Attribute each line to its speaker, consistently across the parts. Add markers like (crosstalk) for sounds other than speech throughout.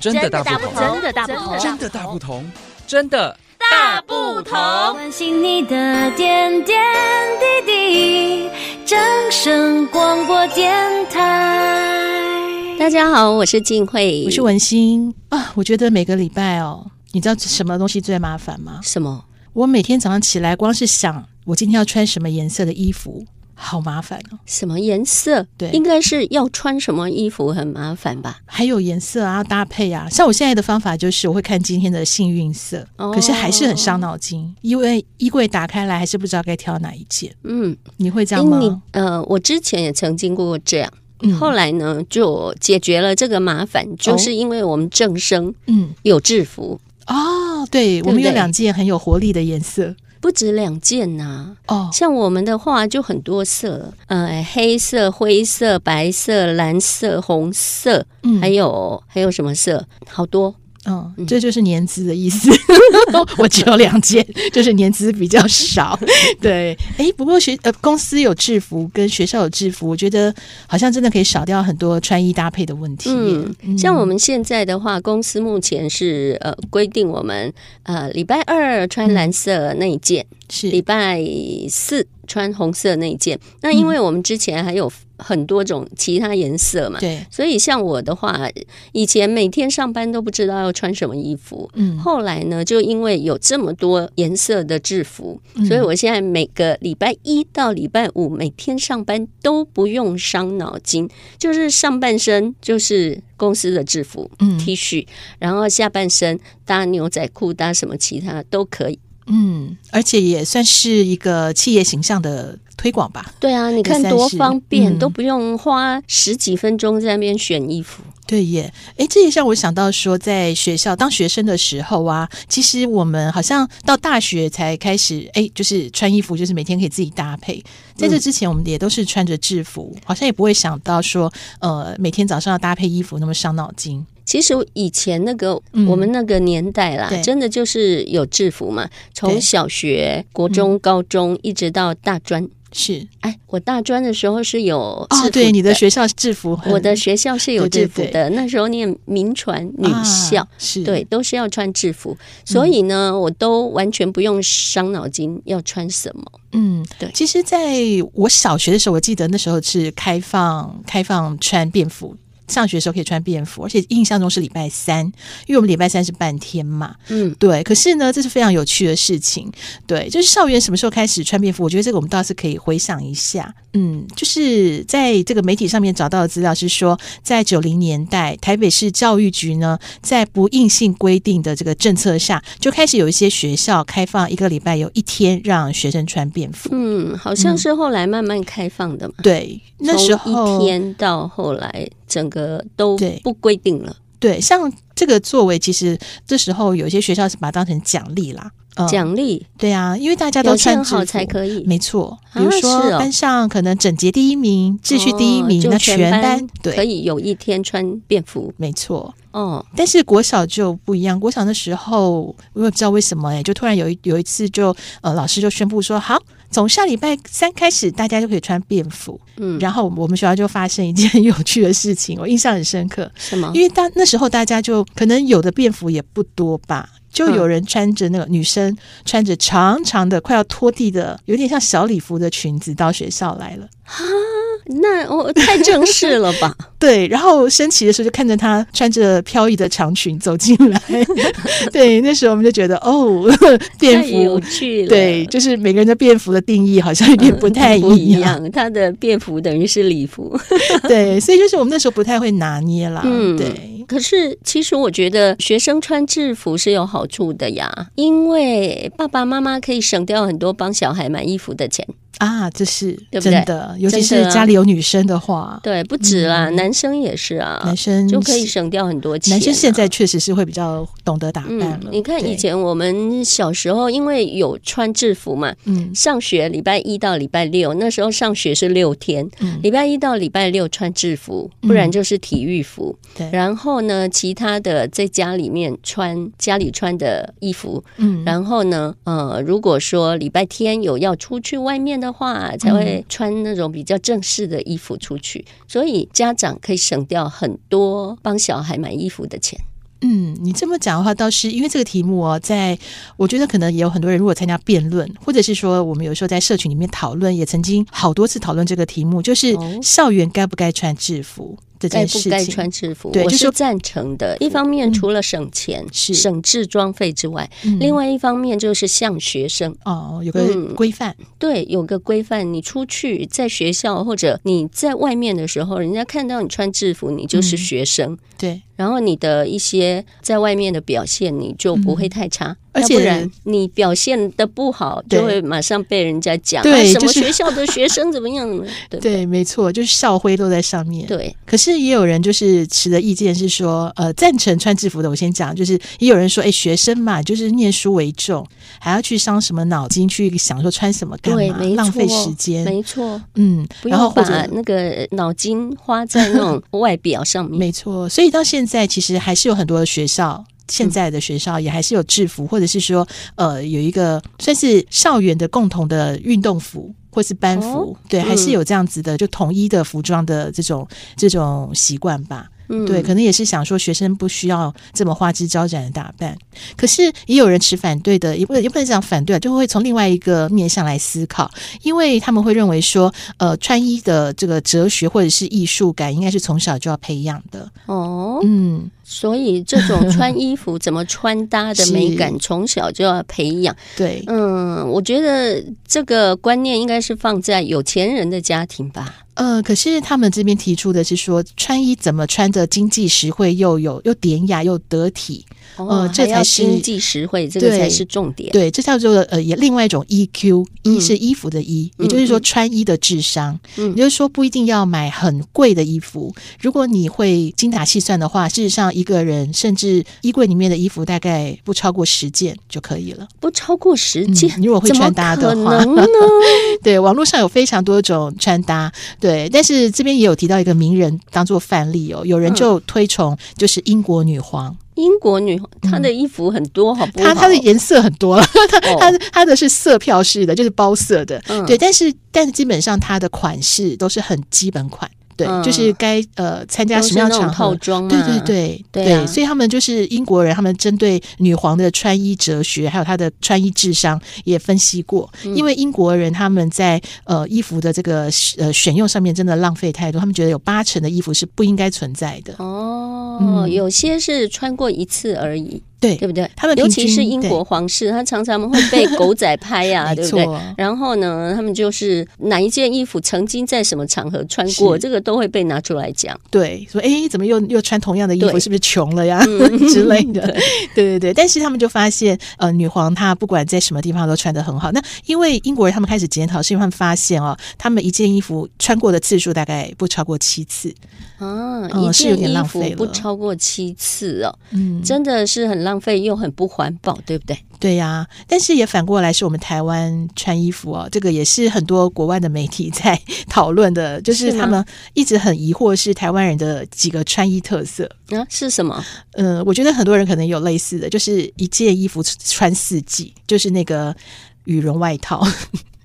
Speaker 1: 真的大
Speaker 2: 大
Speaker 1: 不同，
Speaker 2: 真的大不同，
Speaker 1: 真的大不同，真的
Speaker 2: 大不同。
Speaker 3: 关心你的点点滴滴，掌声广播电台。
Speaker 4: 大家好，我是静慧，
Speaker 5: 我是文心啊，我觉得每个礼拜哦，你知道什么东西最麻烦吗？
Speaker 4: 什么？
Speaker 5: 我每天早上起来，光是想我今天要穿什么颜色的衣服，好麻烦哦。
Speaker 4: 什么颜色？
Speaker 5: 对
Speaker 4: 应该是要穿什么衣服，很麻烦吧？
Speaker 5: 还有颜色啊，搭配啊，像我现在的方法就是我会看今天的幸运色，
Speaker 4: 哦
Speaker 5: 可是还是很伤脑筋，因为衣柜打开来还是不知道该挑哪一件。
Speaker 4: 嗯，
Speaker 5: 你会这样
Speaker 4: 因你
Speaker 5: 吗？
Speaker 4: 呃，我之前也曾经过这样，
Speaker 5: 嗯哦
Speaker 4: 后来呢就解决了这个麻烦，就是因为我们正生
Speaker 5: 嗯，
Speaker 4: 有制服，
Speaker 5: 哦，对，
Speaker 4: 不
Speaker 5: 我们有
Speaker 4: 对
Speaker 5: 两件很有活力的颜色
Speaker 4: 不止两件呐、
Speaker 5: 哦，
Speaker 4: 像我们的话就很多色，呃，黑色、灰色、白色、蓝色、红色，
Speaker 5: 嗯，
Speaker 4: 还有还有什么色？好多。
Speaker 5: 嗯，这就是年资的意思。 (laughs) 我只有两件，就是年资比较少。对，哎，不过学呃公司有制服跟学校有制服，我觉得好像真的可以少掉很多穿衣搭配的问题耶。
Speaker 4: 嗯，像我们现在的话，公司目前是呃规定我们呃礼拜二穿蓝色那一件，礼
Speaker 5: 是
Speaker 4: 拜四穿红色那一件。那因为我们之前还有很多种其他颜色嘛，
Speaker 5: 对，
Speaker 4: 所以像我的话，以前每天上班都不知道要穿什么衣服。
Speaker 5: 嗯，
Speaker 4: 后来呢，就因为有这么多颜色的制服，
Speaker 5: 嗯
Speaker 4: 所以我现在每个礼拜一到礼拜五每天上班都不用伤脑筋，就是上半身就是公司的制服，
Speaker 5: 嗯
Speaker 4: T 恤，然后下半身搭牛仔裤搭什么其他都可以。
Speaker 5: 嗯，而且也算是一个企业形象的推广吧。
Speaker 4: 对啊，你看
Speaker 5: 三
Speaker 4: 多
Speaker 5: 十
Speaker 4: 方便，
Speaker 5: 嗯
Speaker 4: 都不用花十几分钟在那边选衣服。
Speaker 5: 对耶，哎，这也让我想到说，在学校当学生的时候啊，其实我们好像到大学才开始，哎，就是穿衣服，就是每天可以自己搭配。在
Speaker 4: 嗯
Speaker 5: 这之前，我们也都是穿着制服，好像也不会想到说，呃，每天早上要搭配衣服那么伤脑筋。
Speaker 4: 其实以前那个、
Speaker 5: 嗯
Speaker 4: 我们那个年代啦
Speaker 5: 对，
Speaker 4: 真的就是有制服嘛，从
Speaker 5: 对嗯
Speaker 4: 小学、国中、高中一直到大专。
Speaker 5: 是
Speaker 4: 哎，我大专的时候是有制服
Speaker 5: 哦，对，你的学校制服很，
Speaker 4: 我的学校是有制服的，
Speaker 5: 对
Speaker 4: 那时候念民传女校。
Speaker 5: 啊、嗯是
Speaker 4: 对，，都是要穿制服，所以呢，我都完全不用伤脑筋要穿什么。
Speaker 5: 嗯，
Speaker 4: 对
Speaker 5: 其实，在我小学的时候，我记得那时候是开放开放穿便服。上学的时候可以穿便服，而且印象中是礼拜三，因为我们礼拜三是半天嘛。
Speaker 4: 嗯，
Speaker 5: 对，可是呢，这是非常有趣的事情。对，就是校园什么时候开始穿便服？我觉得这个我们倒是可以回想一下。嗯，就是在这个媒体上面找到的资料是说，在九零年代，台北市教育局呢，在不硬性规定的这个政策下，就开始有一些学校开放一个礼拜有一天让学生穿便服。
Speaker 4: 嗯，好像是后来慢慢开放的嘛。
Speaker 5: 对，嗯那时
Speaker 4: 从
Speaker 5: 候
Speaker 4: 一天到后来，整个都
Speaker 5: 对
Speaker 4: 不规定了。
Speaker 5: 对，像这个作为，其实这时候有一些学校是把它当成奖励啦。嗯
Speaker 4: 奖励
Speaker 5: 对啊，因为大家
Speaker 4: 表
Speaker 5: 都
Speaker 4: 现
Speaker 5: 穿制
Speaker 4: 好
Speaker 5: 服
Speaker 4: 才可以，
Speaker 5: 没错，
Speaker 4: 啊
Speaker 5: 比如
Speaker 4: 是
Speaker 5: 说
Speaker 4: 哦
Speaker 5: 班上可能整洁第一名、秩序第一
Speaker 4: 哦
Speaker 5: 名，
Speaker 4: 就
Speaker 5: 那
Speaker 4: 全
Speaker 5: 全
Speaker 4: 班可
Speaker 5: 对，
Speaker 4: 以有一天穿便服
Speaker 5: 没错。
Speaker 4: 哦。
Speaker 5: 但是国小就不一样，国小的时候我也不知道为什么哎、就突然有一有一次就呃老师就宣布说，好，从下礼拜三开始大家就可以穿便服。
Speaker 4: 嗯，
Speaker 5: 然后我们学校就发生一件 (laughs) 有趣的事情，我印象很深刻，
Speaker 4: 什么
Speaker 5: 因？为大那时候大家就可能有的便服也不多吧。就
Speaker 4: 嗯
Speaker 5: 有人穿着那个女生穿着长长的快要拖地的，有点像小礼服的裙子到学校来了。
Speaker 4: 那我太正式了吧？
Speaker 5: 对，然后升旗的时候就看着她穿着飘逸的长裙走进 (laughs) 来，对，那时候我们就觉得哦， (laughs) (laughs) 便
Speaker 4: 太有
Speaker 5: 服，
Speaker 4: 趣了。
Speaker 5: 对，就是每个人的便服的定义好像有嗯点不太
Speaker 4: 不
Speaker 5: 一
Speaker 4: 一
Speaker 5: 样，
Speaker 4: 样，他的便服等于是礼服。
Speaker 5: (laughs)
Speaker 4: (laughs)
Speaker 5: 对，所以就是我们那时候不太会拿捏啦，
Speaker 4: 嗯
Speaker 5: 对，
Speaker 4: 可是，其实我觉得学生穿制服是有好处的呀，因为爸爸妈妈可以省掉很多帮小孩买衣服的钱。
Speaker 5: 啊，这是
Speaker 4: 对不
Speaker 5: 真
Speaker 4: 对
Speaker 5: 的，尤其
Speaker 4: 真的啊
Speaker 5: 是家里有女生的话，
Speaker 4: 对，不止啦，男生也是啊
Speaker 5: 嗯男，生
Speaker 4: 就可以。省掉很多钱啊、
Speaker 5: 男生现在确实是会比较懂得打扮了。
Speaker 4: 嗯，你看
Speaker 5: 对
Speaker 4: 以，前我们小时候，因为有穿制服嘛，
Speaker 5: 嗯
Speaker 4: 上学礼拜一到礼拜六，那时候上学是六天，
Speaker 5: 嗯，
Speaker 4: 礼拜一到礼拜六穿制服，
Speaker 5: 嗯
Speaker 4: 不然就是体育服。
Speaker 5: 对，
Speaker 4: 然后呢，其他的在家里面穿家里穿的衣服。
Speaker 5: 嗯，
Speaker 4: 然后呢，呃，如果说礼拜天有要出去外面的话，才
Speaker 5: 嗯
Speaker 4: 会穿那种比较正式的衣服出去。所以家长可以省掉很多帮小孩买衣服的钱。
Speaker 5: 嗯，你这么讲的话，倒是因为这个题目哦，在我觉得可能也有很多人，如果参加辩论，或者是说我们有时候在社群里面讨论，也曾经好多次讨论这个题目，就是
Speaker 4: 哦
Speaker 5: 校园该不该穿制服这
Speaker 4: 该
Speaker 5: 件
Speaker 4: 不
Speaker 5: 事情。
Speaker 4: 该穿制服，
Speaker 5: 对
Speaker 4: 我
Speaker 5: 就是说嗯
Speaker 4: 赞成的。一方面，除了省钱、
Speaker 5: 是
Speaker 4: 省制装费之外，
Speaker 5: 嗯
Speaker 4: 另外一方面就是向学生
Speaker 5: 哦，有个
Speaker 4: 嗯
Speaker 5: 规范，
Speaker 4: 对有个规范。你出去在学校或者你在外面的时候，人家看到你穿制服，你就是
Speaker 5: 嗯
Speaker 4: 学生。
Speaker 5: 对，
Speaker 4: 然后你的一些在外面的表现，你就不会太差，
Speaker 5: 嗯而
Speaker 4: 要
Speaker 5: 且
Speaker 4: 不然你表现的不好，
Speaker 5: 对
Speaker 4: 就会马上被人家讲，
Speaker 5: 对
Speaker 4: 啊、什
Speaker 5: 就
Speaker 4: 么
Speaker 5: 是
Speaker 4: 学校的学生怎么
Speaker 5: (laughs)
Speaker 4: 样呢？对不
Speaker 5: 对，没错，就是校徽落在上面。
Speaker 4: 对，
Speaker 5: 可是也有人就是持的意见是说，呃，赞成穿制服的，我先讲，就是也有人说，哎，学生嘛，就是念书为重，还要去伤什么脑筋去想说穿什么干
Speaker 4: 对，
Speaker 5: 嘛，
Speaker 4: 没错，
Speaker 5: 浪费时间，
Speaker 4: 没错。
Speaker 5: 嗯，
Speaker 4: 不
Speaker 5: 然后
Speaker 4: 要
Speaker 5: 或
Speaker 4: 把
Speaker 5: 者。
Speaker 4: 那个脑筋花在那种外表上
Speaker 5: (laughs)
Speaker 4: 面。
Speaker 5: 没错，所以到现在其实还是有很多的学校。现在的学校也还是有制服，或者是说，呃，有一个算是校园的共同的运动服或是班
Speaker 4: 哦
Speaker 5: 服，对，还
Speaker 4: 嗯
Speaker 5: 是有这样子的，就统一的服装的这种这种习惯吧。
Speaker 4: 嗯
Speaker 5: 对，可能也是想说学生不需要这么花枝招展的打扮。可是也有人持反对的，也不也不能讲反对啊，就会从另外一个面向来思考，因为他们会认为说，呃，穿衣的这个哲学或者是艺术感，应该是从小就要培养的。
Speaker 4: 哦，
Speaker 5: 嗯，
Speaker 4: 所以这种穿衣
Speaker 5: (laughs)
Speaker 4: 服怎么穿搭的美感，从小就要培养。
Speaker 5: 对，
Speaker 4: 嗯，我觉得这个观念应该是放在有钱人的家庭吧。
Speaker 5: 呃，可是他们这边提出的是说，穿衣怎么穿着经济实惠，又有又典雅又得体，
Speaker 4: 哦，
Speaker 5: 这
Speaker 4: 还要
Speaker 5: 才是
Speaker 4: 经济实惠，这个
Speaker 5: 对
Speaker 4: 才是重点。
Speaker 5: 对，这叫做呃也另外一种 EQ，一、是衣服的衣，也就是说
Speaker 4: 嗯
Speaker 5: 穿衣的智商，
Speaker 4: 嗯
Speaker 5: 也就是说不一定要买很贵的衣服，如果你会精打细算的话，事实上一个人甚至衣柜里面的衣服大概不超过十件就可以了。
Speaker 4: 不超过十
Speaker 5: 嗯
Speaker 4: 件，
Speaker 5: 如果会
Speaker 4: 怎么
Speaker 5: 穿搭的
Speaker 4: 可
Speaker 5: 话
Speaker 4: 能呢？
Speaker 5: (laughs) 对，网络上有非常多种穿搭，对，但是这边也有提到一个名人当做范例哦，有人
Speaker 4: 嗯
Speaker 5: 就推崇就是英国女皇，
Speaker 4: 英国
Speaker 5: (laughs)
Speaker 4: 女她的衣服很多，好不好？
Speaker 5: 她她的颜色很多了，
Speaker 4: 哦
Speaker 5: 它它的是色票式的，就是包色的，
Speaker 4: 嗯
Speaker 5: 对。但是但基本上它的款式都是很基本款，对，
Speaker 4: 嗯
Speaker 5: 就是该呃参加
Speaker 4: 都
Speaker 5: 什
Speaker 4: 是
Speaker 5: 么样
Speaker 4: 那
Speaker 5: 的
Speaker 4: 种
Speaker 5: 场
Speaker 4: 套
Speaker 5: 合。
Speaker 4: 装嘛，啊
Speaker 5: 对对对
Speaker 4: 对啊
Speaker 5: 所以他们就是英国人，他们针对女皇的穿衣哲学，还有她的穿衣智商也分析过。
Speaker 4: 嗯
Speaker 5: 因为英国人他们在呃衣服的这个呃选用上面真的浪费太多，他们觉得有八成的衣服是不应该存在的。
Speaker 4: 哦，
Speaker 5: 嗯
Speaker 4: 有些是穿过一次而已，
Speaker 5: 对
Speaker 4: 对不对？
Speaker 5: 他们
Speaker 4: 尤
Speaker 5: 平
Speaker 4: 其
Speaker 5: 均
Speaker 4: 是英
Speaker 5: 对
Speaker 4: 国皇室，他常常会被狗仔拍呀、
Speaker 5: (laughs) 没
Speaker 4: 对不对
Speaker 5: 错？
Speaker 4: 然后呢，他们就是哪一件衣服曾经在什么场合穿过，
Speaker 5: 是
Speaker 4: 这个都会被拿出来讲。
Speaker 5: 对，说哎，怎么又又穿同样的衣服？
Speaker 4: 对嗯
Speaker 5: 是不是穷了呀、 (laughs) 之类
Speaker 4: (laughs)
Speaker 5: 的？对对对。但是他们就发现，呃，女皇她不管在什么地方都穿得很好。那因为英国人他们开始检讨，是因为他们发现哦，他们一件衣服穿过的次数大概不超过七次。
Speaker 4: 啊，
Speaker 5: 嗯
Speaker 4: 一
Speaker 5: 是有
Speaker 4: 件
Speaker 5: 点
Speaker 4: 衣
Speaker 5: 浪
Speaker 4: 服
Speaker 5: 费
Speaker 4: 不
Speaker 5: 了
Speaker 4: 超过七次哦，
Speaker 5: 嗯，
Speaker 4: 真的是很浪费又很不环保，对不对？
Speaker 5: 对呀、但是也反过来是我们台湾穿衣服哦，这个也是很多国外的媒体在 (laughs) 讨论的，就是
Speaker 4: 是吗
Speaker 5: 他们一直很疑惑是台湾人的几个穿衣特色。
Speaker 4: 啊，是什么？
Speaker 5: 嗯，我觉得很多人可能有类似的，就是一件衣服穿四季，就是那个羽绒外套。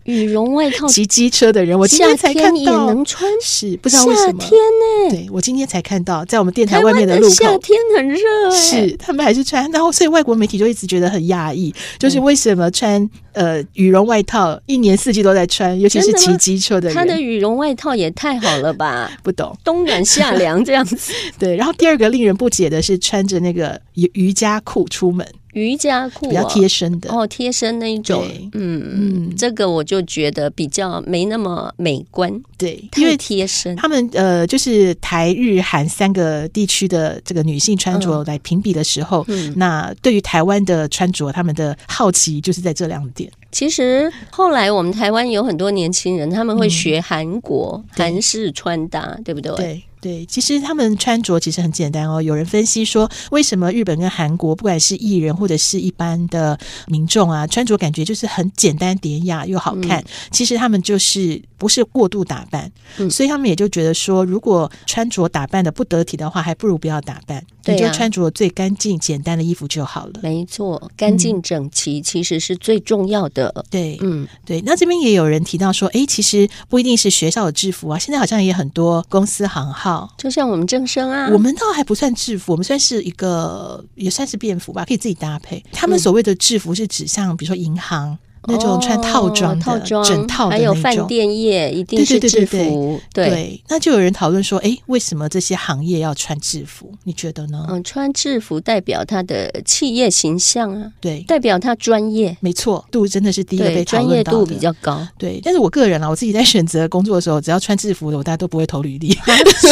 Speaker 4: 羽绒外套，
Speaker 5: 骑机车的人，我
Speaker 4: 哦
Speaker 5: 今
Speaker 4: 夏
Speaker 5: 天才看
Speaker 4: 天也
Speaker 5: 到，
Speaker 4: 能穿，
Speaker 5: 是不知道为什么
Speaker 4: 夏天呢、
Speaker 5: 对我今天才看到，在我们电台
Speaker 4: 台
Speaker 5: 外
Speaker 4: 湾
Speaker 5: 面
Speaker 4: 的
Speaker 5: 路
Speaker 4: 夏
Speaker 5: 口。
Speaker 4: 天很热、哎。
Speaker 5: 是，他们还是穿，然后所以外国媒体就一直觉得很讶异，
Speaker 4: 嗯
Speaker 5: 就是为什么穿、呃羽绒外套一年四季都在穿，尤其是
Speaker 4: 真的
Speaker 5: 骑
Speaker 4: 吗
Speaker 5: 机车的人，
Speaker 4: 他的羽绒外套也太好了吧
Speaker 5: (laughs) ，不懂。
Speaker 4: 冬暖夏凉这样子。
Speaker 5: 对，然后第二个令人不解的是穿着那个瑜瑜伽裤出门，
Speaker 4: 瑜伽裤、哦、
Speaker 5: 比较贴身的，
Speaker 4: 哦，贴身那一种
Speaker 5: 对，
Speaker 4: 嗯
Speaker 5: 嗯
Speaker 4: 嗯，这个我就觉得比较没那么美观，
Speaker 5: 对，因
Speaker 4: 太
Speaker 5: 为
Speaker 4: 贴身。
Speaker 5: 他们呃，就是台日韩三个地区的这个女性穿着来评比的时候，
Speaker 4: 嗯
Speaker 5: 那对于台湾的穿着，他们的好奇就是在这两点。
Speaker 4: 其实后来我们台湾有很多年轻人，他们会学韩国、
Speaker 5: 对
Speaker 4: 韩式穿搭，嗯对不对？
Speaker 5: 对对，其实他们穿着其实很简单哦。有人分析说，为什么日本跟韩国，不管是艺人或者是一般的民众啊，穿着感觉就是很简单、典雅又好看。其实他们就是不是过度打扮，
Speaker 4: 嗯
Speaker 5: 所以他们也就觉得说，如果穿着打扮的不得体的话，还不如不要打扮，
Speaker 4: 对
Speaker 5: 你就
Speaker 4: 啊
Speaker 5: 穿着最干净、简单的衣服就好了。
Speaker 4: 没错，干净整齐其实是最重要的。
Speaker 5: 对，
Speaker 4: 嗯，
Speaker 5: 对，那这边也有人提到说，诶，其实不一定是学校的制服啊，现在好像也很多公司行套。
Speaker 4: 就像我们正生啊，
Speaker 5: 我们倒还不算制服，我们算是一个也算是便服吧，可以自己搭配。他
Speaker 4: 嗯
Speaker 5: 们所谓的制服是指像比如说银行那种穿套装
Speaker 4: 哦
Speaker 5: 的、
Speaker 4: 套装
Speaker 5: 整套的
Speaker 4: 还有
Speaker 5: 那
Speaker 4: 饭
Speaker 5: 种。
Speaker 4: 店业一定是
Speaker 5: 对对
Speaker 4: 制
Speaker 5: 对对
Speaker 4: 服，对。
Speaker 5: 对，那就有人讨论说，哎，为什么这些行业要穿制服？你觉得呢？
Speaker 4: 嗯，穿制服代表他的企业形象啊，
Speaker 5: 对，
Speaker 4: 代表他专业，
Speaker 5: 没错，度真的是第一个
Speaker 4: 对，
Speaker 5: 被讨
Speaker 4: 专业
Speaker 5: 论到
Speaker 4: 度
Speaker 5: 的。
Speaker 4: 比较高。 (laughs)
Speaker 5: 对，但是我个人啊，我自己在选择工作的时候，只要穿制服的，我大家都不会投履历。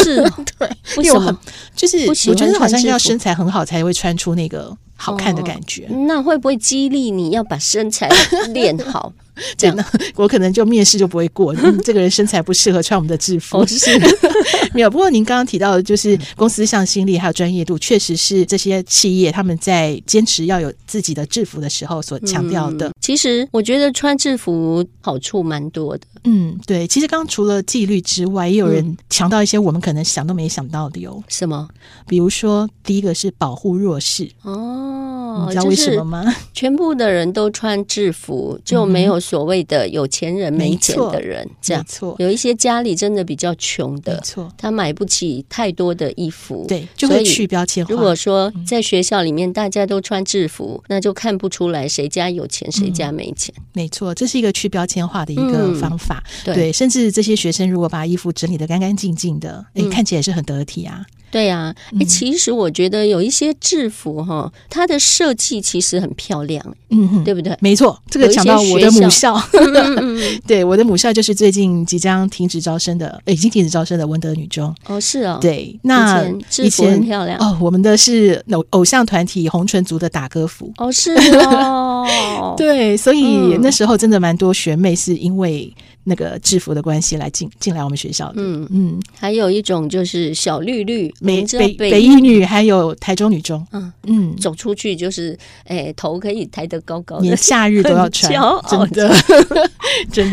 Speaker 4: 是 (laughs) 哦，
Speaker 5: 对，
Speaker 4: 为
Speaker 5: 因为
Speaker 4: 什
Speaker 5: 我很
Speaker 4: 么？
Speaker 5: 就是
Speaker 4: 不喜
Speaker 5: 我
Speaker 4: 欢
Speaker 5: 觉得好像
Speaker 4: 穿制
Speaker 5: 要
Speaker 4: 服哦
Speaker 5: 身材很好才会穿出那个好看的感觉。
Speaker 4: 那会不会激励你要把身材练 (laughs) 好？这样
Speaker 5: 对，那 (laughs) 我可能就面试就不会过，
Speaker 4: (laughs)
Speaker 5: 嗯这个人身材不适合穿我们的制服。
Speaker 4: 哦，是
Speaker 5: (laughs)
Speaker 4: 嗯
Speaker 5: 没有，不过您刚刚提到的就是公司向心力还有专业度，确实是这些企业他们在坚持要有自己的制服的时候所强调的。
Speaker 4: 嗯其实我觉得穿制服好处蛮多的，
Speaker 5: 嗯对。其实刚刚除了纪
Speaker 4: 嗯
Speaker 5: 律之外，也有人强调一些我们可能想都没想到的哟。
Speaker 4: 什么？
Speaker 5: 比如说，第一个是保护弱势，
Speaker 4: 哦，
Speaker 5: 你知道为什么吗？
Speaker 4: 就是全部的人都穿制服，就没有所谓的有钱人、嗯没钱的人这
Speaker 5: 没
Speaker 4: 样。
Speaker 5: 错，
Speaker 4: 有一些家里真的比较穷
Speaker 5: 没
Speaker 4: 的，
Speaker 5: 错，
Speaker 4: 他买不起太多的衣服，
Speaker 5: 对，就
Speaker 4: 所
Speaker 5: 会
Speaker 4: 以
Speaker 5: 去标签化。
Speaker 4: 如果说在学校里面大家都穿制服，那就看不出来谁家有钱谁家没钱。
Speaker 5: 没错，这是一个去标签化的一个
Speaker 4: 嗯
Speaker 5: 方法。
Speaker 4: 对
Speaker 5: 甚至这些学生如果把衣服整理的干干净净的，哎、
Speaker 4: 嗯
Speaker 5: 看起来也是很得体啊。
Speaker 4: 对呀、诶其实我觉得有一些制服哈、它的设计其实很漂亮，
Speaker 5: 嗯哼，
Speaker 4: 对不对？
Speaker 5: 没错，这个
Speaker 4: 有一些
Speaker 5: 讲到我的母校，
Speaker 4: (laughs) 嗯嗯嗯
Speaker 5: (laughs) 对，我的母校就是最近即将停止招生的，呃已经停止招生的文德女中。
Speaker 4: 哦，是哦，，
Speaker 5: 对，那
Speaker 4: 以前制服很漂亮
Speaker 5: 哦，我们的是偶偶像团体红唇族的打歌服。，
Speaker 4: 哦是哦
Speaker 5: (laughs) 对，所以
Speaker 4: 嗯
Speaker 5: 那时候真的蛮多学妹是因为那个制服的关系来进进来我们学校的。
Speaker 4: 嗯，
Speaker 5: 嗯，
Speaker 4: 还有一种就是小绿绿，我
Speaker 5: 北
Speaker 4: 们知道
Speaker 5: 北
Speaker 4: 北
Speaker 5: 北一女还有台中女中，
Speaker 4: 嗯
Speaker 5: 嗯，
Speaker 4: 走出去就是，诶，头可以抬得高高
Speaker 5: 连
Speaker 4: 的。
Speaker 5: 夏日都要穿
Speaker 4: 很骄，傲
Speaker 5: 真 (laughs) 的，啊 真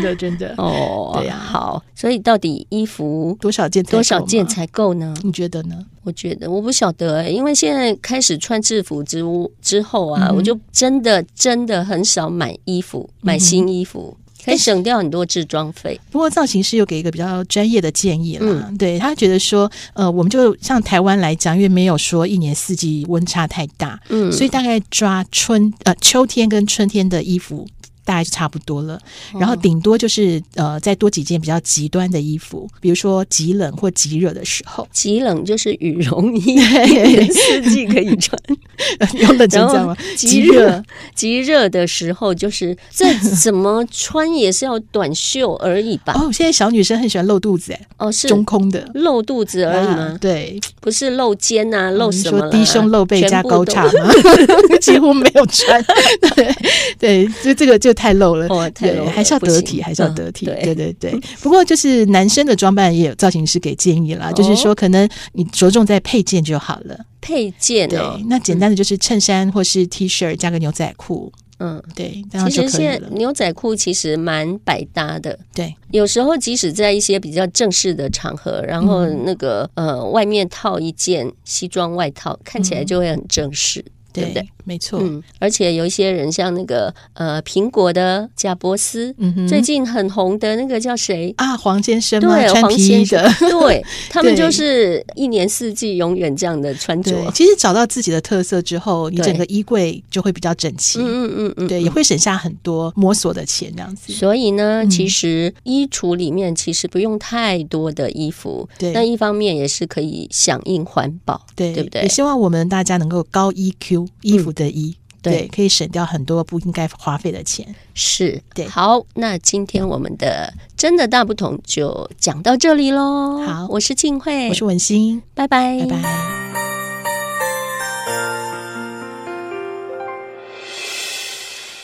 Speaker 4: (laughs)
Speaker 5: 的，真的，
Speaker 4: 哦，
Speaker 5: 对呀
Speaker 4: 好，所以到底衣服
Speaker 5: 多少件才够
Speaker 4: 多
Speaker 5: 吗
Speaker 4: 少件？才够呢？
Speaker 5: 你觉得呢？
Speaker 4: 我觉得我不晓得、欸，因为现在开始穿制服之之后啊，
Speaker 5: 嗯哼嗯
Speaker 4: 我就真的真的很少买衣服，买新衣服，可以省掉很多置装费。
Speaker 5: 不过造型师有给一个比较专业的建议啦，
Speaker 4: 嗯
Speaker 5: 对他觉得说，呃，我们就像台湾来讲，因为没有说一年四季温差太大，
Speaker 4: 嗯，，
Speaker 5: 所以大概抓春呃秋天跟春天的衣服。大概就差不多了，然后顶多就是呃再多几件比较极端的衣服，比如说极冷或极热的时候 (laughs)
Speaker 4: 极冷就是羽绒衣，
Speaker 5: 对
Speaker 4: 四季可以穿；
Speaker 5: 有冷成
Speaker 4: (laughs) 然
Speaker 5: 这样
Speaker 4: 后
Speaker 5: 吗？
Speaker 4: (laughs) 极热，极热的时候就是这怎么穿也是要短袖而已吧？
Speaker 5: 哦，现在小女生很喜欢露肚子，哎，
Speaker 4: 哦，是
Speaker 5: 中空的
Speaker 4: 露肚子而已
Speaker 5: 啊
Speaker 4: 吗？
Speaker 5: 对，
Speaker 4: 不是露肩啊，露
Speaker 5: 你
Speaker 4: 什么
Speaker 5: 说
Speaker 4: 啦？
Speaker 5: 低胸露背
Speaker 4: 全
Speaker 5: 加
Speaker 4: 部都
Speaker 5: 高叉吗？ (laughs) 几乎没有穿，对对，就这个就太露了。
Speaker 4: (laughs) 哦，太
Speaker 5: 对
Speaker 4: 露了
Speaker 5: 还是要
Speaker 4: 不
Speaker 5: 得
Speaker 4: 行
Speaker 5: 体，还是要
Speaker 4: 嗯
Speaker 5: 得体。
Speaker 4: 对
Speaker 5: 对对对。不过就是男生的装扮也有造型师给建议
Speaker 4: 哦
Speaker 5: 啦，就是说可能你着重在配件就好了。
Speaker 4: 配件
Speaker 5: 对
Speaker 4: 哦，，
Speaker 5: 那简单的就是衬衫或是 T 恤加个牛仔裤，
Speaker 4: 嗯。
Speaker 5: 对，这样
Speaker 4: 其
Speaker 5: 就
Speaker 4: 实
Speaker 5: 可以
Speaker 4: 现在嗯
Speaker 5: 了。
Speaker 4: 牛仔裤其实蛮百搭的，
Speaker 5: 对，
Speaker 4: 有时候即使在一些比较正式的场合，然后
Speaker 5: 嗯
Speaker 4: 那个、呃外面套一件西装外套，看起来就会很正式，对不对？？
Speaker 5: 没错。
Speaker 4: 嗯，而且有一些人像那个呃苹果的贾伯斯，
Speaker 5: 嗯哼
Speaker 4: 最近很红的那个叫谁？
Speaker 5: 啊，黄先生吗？
Speaker 4: 对，
Speaker 5: 穿
Speaker 4: 黄
Speaker 5: 皮
Speaker 4: 先
Speaker 5: 衣
Speaker 4: 生
Speaker 5: 的。，
Speaker 4: 对
Speaker 5: (laughs)
Speaker 4: 他们
Speaker 5: 对
Speaker 4: 就是一年四季永远这样的穿着
Speaker 5: 对，，其实找到自己的特色之后，你
Speaker 4: 对
Speaker 5: 整个衣柜就会比较整齐。
Speaker 4: 嗯嗯嗯嗯，
Speaker 5: 对，也会省下很多摸索的钱，这样子。
Speaker 4: 所以呢，
Speaker 5: 嗯
Speaker 4: 其实衣橱里面其实不用太多的衣服，
Speaker 5: 对
Speaker 4: 那一方面也是可以响应环保，
Speaker 5: 对，
Speaker 4: 对不对嗯
Speaker 5: 也？希望我们大家能够高 E EQ，衣服的衣，
Speaker 4: 对
Speaker 5: 可以省掉很多不应该花费的钱。
Speaker 4: 是，
Speaker 5: 对
Speaker 4: 好，那今天我们的真的大不同就讲到这里喽。
Speaker 5: 好
Speaker 4: 我是静慧，
Speaker 5: 我是文心，
Speaker 4: 拜拜，
Speaker 5: 拜拜。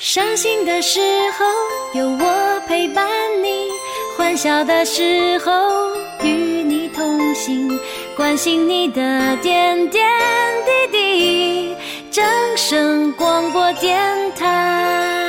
Speaker 3: 伤心的时候有我陪伴你，欢笑的时候与你同行，关心你的点点滴滴。掌声广播电台。